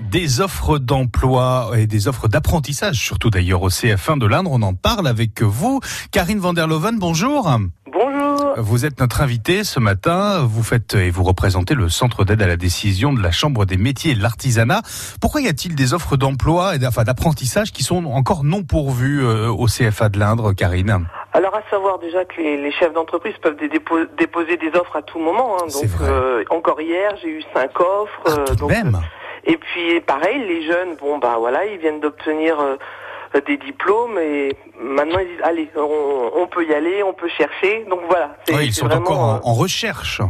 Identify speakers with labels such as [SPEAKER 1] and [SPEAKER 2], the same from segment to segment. [SPEAKER 1] des offres d'emploi et des offres d'apprentissage, surtout d'ailleurs au CF1 de l'Indre. On en parle avec vous. Karine van der Loven, bonjour.
[SPEAKER 2] Bonjour.
[SPEAKER 1] Vous êtes notre invitée ce matin. Vous faites et vous représentez le Centre d'aide à la décision de la Chambre des métiers et de l'artisanat. Pourquoi y a-t-il des offres d'emploi et d'- enfin, d'apprentissage qui sont encore non pourvues euh, au CFA de l'Indre, Karine
[SPEAKER 2] Alors à savoir déjà que les, les chefs d'entreprise peuvent dé- dépo- déposer des offres à tout moment. hein.
[SPEAKER 1] C'est
[SPEAKER 2] donc
[SPEAKER 1] vrai.
[SPEAKER 2] euh, encore hier, j'ai eu cinq offres.
[SPEAKER 1] Ah,
[SPEAKER 2] euh,
[SPEAKER 1] tout de
[SPEAKER 2] donc,
[SPEAKER 1] même.
[SPEAKER 2] Et puis pareil, les jeunes, bon bah voilà, ils viennent d'obtenir euh, des diplômes et maintenant ils disent allez, on, on peut y aller, on peut chercher. Donc voilà, c'est
[SPEAKER 1] Ouais, ils
[SPEAKER 2] c'est
[SPEAKER 1] sont
[SPEAKER 2] vraiment,
[SPEAKER 1] encore en-
[SPEAKER 2] euh,
[SPEAKER 1] en recherche.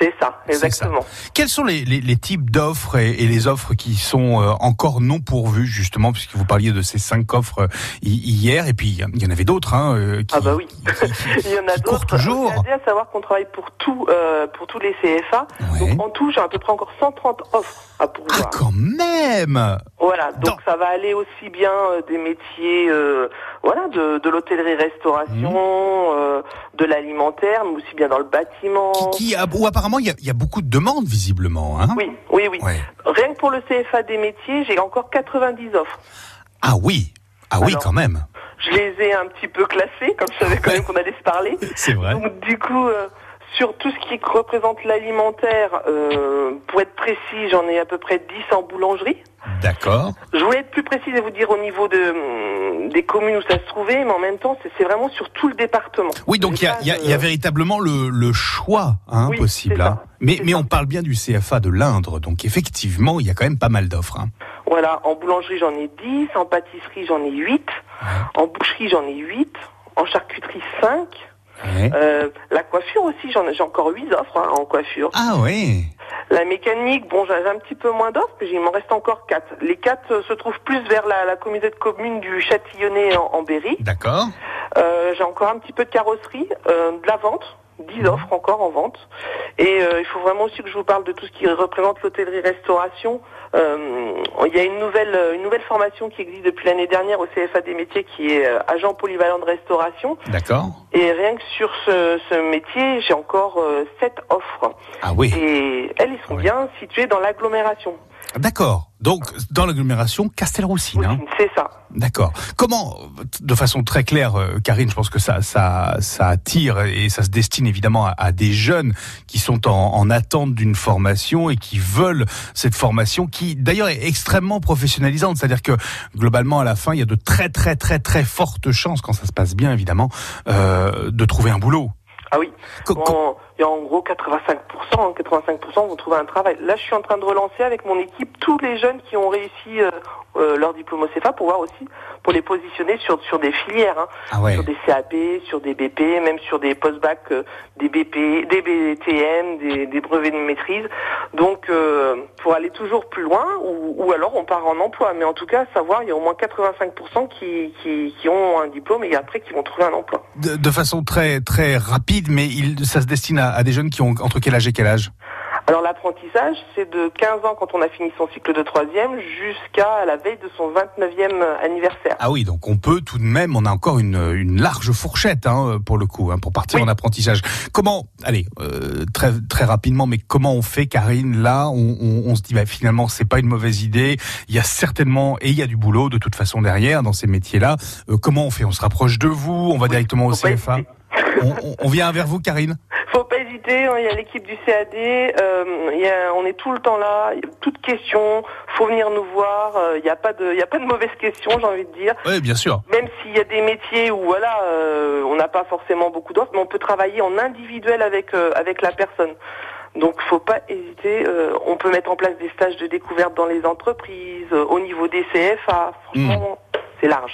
[SPEAKER 2] c'est ça,
[SPEAKER 1] C'est ça.
[SPEAKER 2] exactement.
[SPEAKER 1] Quels sont les, les- les types d'offres et, et les offres qui sont euh, encore non pourvues, justement, puisque vous parliez de ces cinq offres euh, hi- hier, et puis il y en avait d'autres hein, euh, qui,
[SPEAKER 2] Ah bah oui.
[SPEAKER 1] qui- qui-
[SPEAKER 2] Il y en a
[SPEAKER 1] qui courent
[SPEAKER 2] d'autres.
[SPEAKER 1] toujours.
[SPEAKER 2] Regardez, à savoir qu'on travaille pour tout, euh, pour tous les CFA.
[SPEAKER 1] Ouais.
[SPEAKER 2] Donc en tout, j'ai à peu près encore 130 offres à pourvoir.
[SPEAKER 1] Ah, quand même
[SPEAKER 2] Voilà, donc
[SPEAKER 1] Dans-
[SPEAKER 2] ça va aller aussi bien euh, des métiers euh, voilà, de, de l'hôtellerie-restauration,
[SPEAKER 1] Mhm.
[SPEAKER 2] euh, de l'alimentaire, mais aussi bien dans le bâtiment.
[SPEAKER 1] qui, qui- ah, Ou apparemment, il y, a- il y a beaucoup de demandes, visiblement. Hein
[SPEAKER 2] Oui, oui, oui.
[SPEAKER 1] Ouais.
[SPEAKER 2] Rien que pour le CFA des métiers, j'ai encore 90 offres.
[SPEAKER 1] Ah oui Ah oui,
[SPEAKER 2] Alors-
[SPEAKER 1] quand même
[SPEAKER 2] Je les ai un petit peu classées, comme je savais quand même qu'on allait se parler.
[SPEAKER 1] C'est vrai.
[SPEAKER 2] Donc du coup, euh, sur tout ce qui représente l'alimentaire, euh, pour être précis, j'en ai à peu près 10 en boulangerie.
[SPEAKER 1] D'accord.
[SPEAKER 2] Je voulais être plus précise et vous dire au niveau de, hum, des communes où ça se trouvait, mais en même temps, c'est c'est vraiment sur tout le département.
[SPEAKER 1] Oui, donc il y a, il y a- il y a véritablement le, le choix hein,
[SPEAKER 2] euh, Oui,
[SPEAKER 1] possible.
[SPEAKER 2] c'est
[SPEAKER 1] hein.
[SPEAKER 2] ça.
[SPEAKER 1] Mais,
[SPEAKER 2] C'est
[SPEAKER 1] mais
[SPEAKER 2] ça.
[SPEAKER 1] on parle bien du CFA de l'Indre, donc effectivement, il y a quand même pas mal d'offres. hein.
[SPEAKER 2] Voilà, en boulangerie, j'en ai 10, en pâtisserie, j'en ai 8, en boucherie, j'en ai 8, en charcuterie, 5.
[SPEAKER 1] Ouais.
[SPEAKER 2] Euh, la coiffure aussi, j'en j'ai encore 8 offres hein, en coiffure.
[SPEAKER 1] Ah oui
[SPEAKER 2] La mécanique, bon, j'avais un petit peu moins d'offres, mais il m'en reste encore 4. Les 4 se trouvent plus vers la, la communauté de communes du Châtillonnet en, en Berry.
[SPEAKER 1] D'accord.
[SPEAKER 2] Euh, j'ai encore un petit peu de carrosserie, euh, de la vente, 10 offres encore en vente. Et euh, il faut vraiment aussi que je vous parle de tout ce qui représente l'hôtellerie-restauration. Euh, il y a une nouvelle, euh, une nouvelle formation qui existe depuis l'année dernière au CFA des métiers qui est euh, agent polyvalent de restauration.
[SPEAKER 1] D'accord.
[SPEAKER 2] Et rien que sur ce, ce métier, j'ai encore 7 offres.
[SPEAKER 1] Ah oui.
[SPEAKER 2] Et elles, elles sont
[SPEAKER 1] Ouais.
[SPEAKER 2] bien situées dans l'agglomération.
[SPEAKER 1] D'accord. Donc, dans l'agglomération Castelroussine. hein.
[SPEAKER 2] C'est ça.
[SPEAKER 1] D'accord. Comment, de façon très claire, euh, Karine, je pense que ça, ça, ça attire et ça se destine évidemment à, à des jeunes qui sont en, en attente d'une formation et qui veulent cette formation qui, d'ailleurs, est extrêmement professionnalisante. C'est-à-dire que, globalement, à la fin, il y a de très, très, très, très fortes chances, quand ça se passe bien, évidemment, euh, de trouver un boulot.
[SPEAKER 2] Ah oui.
[SPEAKER 1] Co- co-
[SPEAKER 2] En- il y a en gros 85%, hein, 85% vont trouver un travail. Là, je suis en train de relancer avec mon équipe tous les jeunes qui ont réussi euh, euh, leur diplôme au CFA pour voir aussi, pour les positionner sur, sur des filières, hein,
[SPEAKER 1] Ah ouais.
[SPEAKER 2] sur des CAP, sur des BP, même sur des post-bac, euh, des BP, des BTM, des, des brevets de maîtrise. Donc, euh, pour aller toujours plus loin, ou, ou alors on part en emploi. Mais en tout cas, savoir, il y a au moins 85% qui, qui, qui ont un diplôme et après qui vont trouver un emploi.
[SPEAKER 1] De, de façon très très rapide, mais il, ça se destine à, à des jeunes qui ont entre quel âge et quel âge
[SPEAKER 2] Alors l'apprentissage, c'est de 15 ans quand on a fini son cycle de troisième jusqu'à la veille de son 29e anniversaire.
[SPEAKER 1] Ah oui, donc on peut tout de même, on a encore une, une large fourchette hein, pour le coup, hein, pour partir
[SPEAKER 2] Oui.
[SPEAKER 1] en apprentissage. Comment, allez, euh, très très rapidement, mais comment on fait, Karine Là, on, on- on se dit bah, finalement, c'est pas une mauvaise idée. Il y a certainement et il y a du boulot de toute façon derrière dans ces métiers-là. Euh, comment on fait On se rapproche de vous On va directement au
[SPEAKER 2] faut pas
[SPEAKER 1] CFA
[SPEAKER 2] hésiter.
[SPEAKER 1] on, on- on vient vers vous, Karine
[SPEAKER 2] Faut pas hésiter, hein, il y a l'équipe du CAD, euh, il y a- on est tout le temps là, toute question, faut venir nous voir, euh, il n'y a pas de il y a pas de mauvaise question, j'ai envie de dire.
[SPEAKER 1] Oui, bien sûr.
[SPEAKER 2] Même s'il y a des métiers où voilà, euh, on n'a pas forcément beaucoup d'offres, mais on peut travailler en individuel avec euh, avec la personne. Donc faut pas hésiter, euh, on peut mettre en
[SPEAKER 1] Hmm.
[SPEAKER 2] place des stages de découverte dans les entreprises, euh, au niveau des CFA, franchement, c'est large.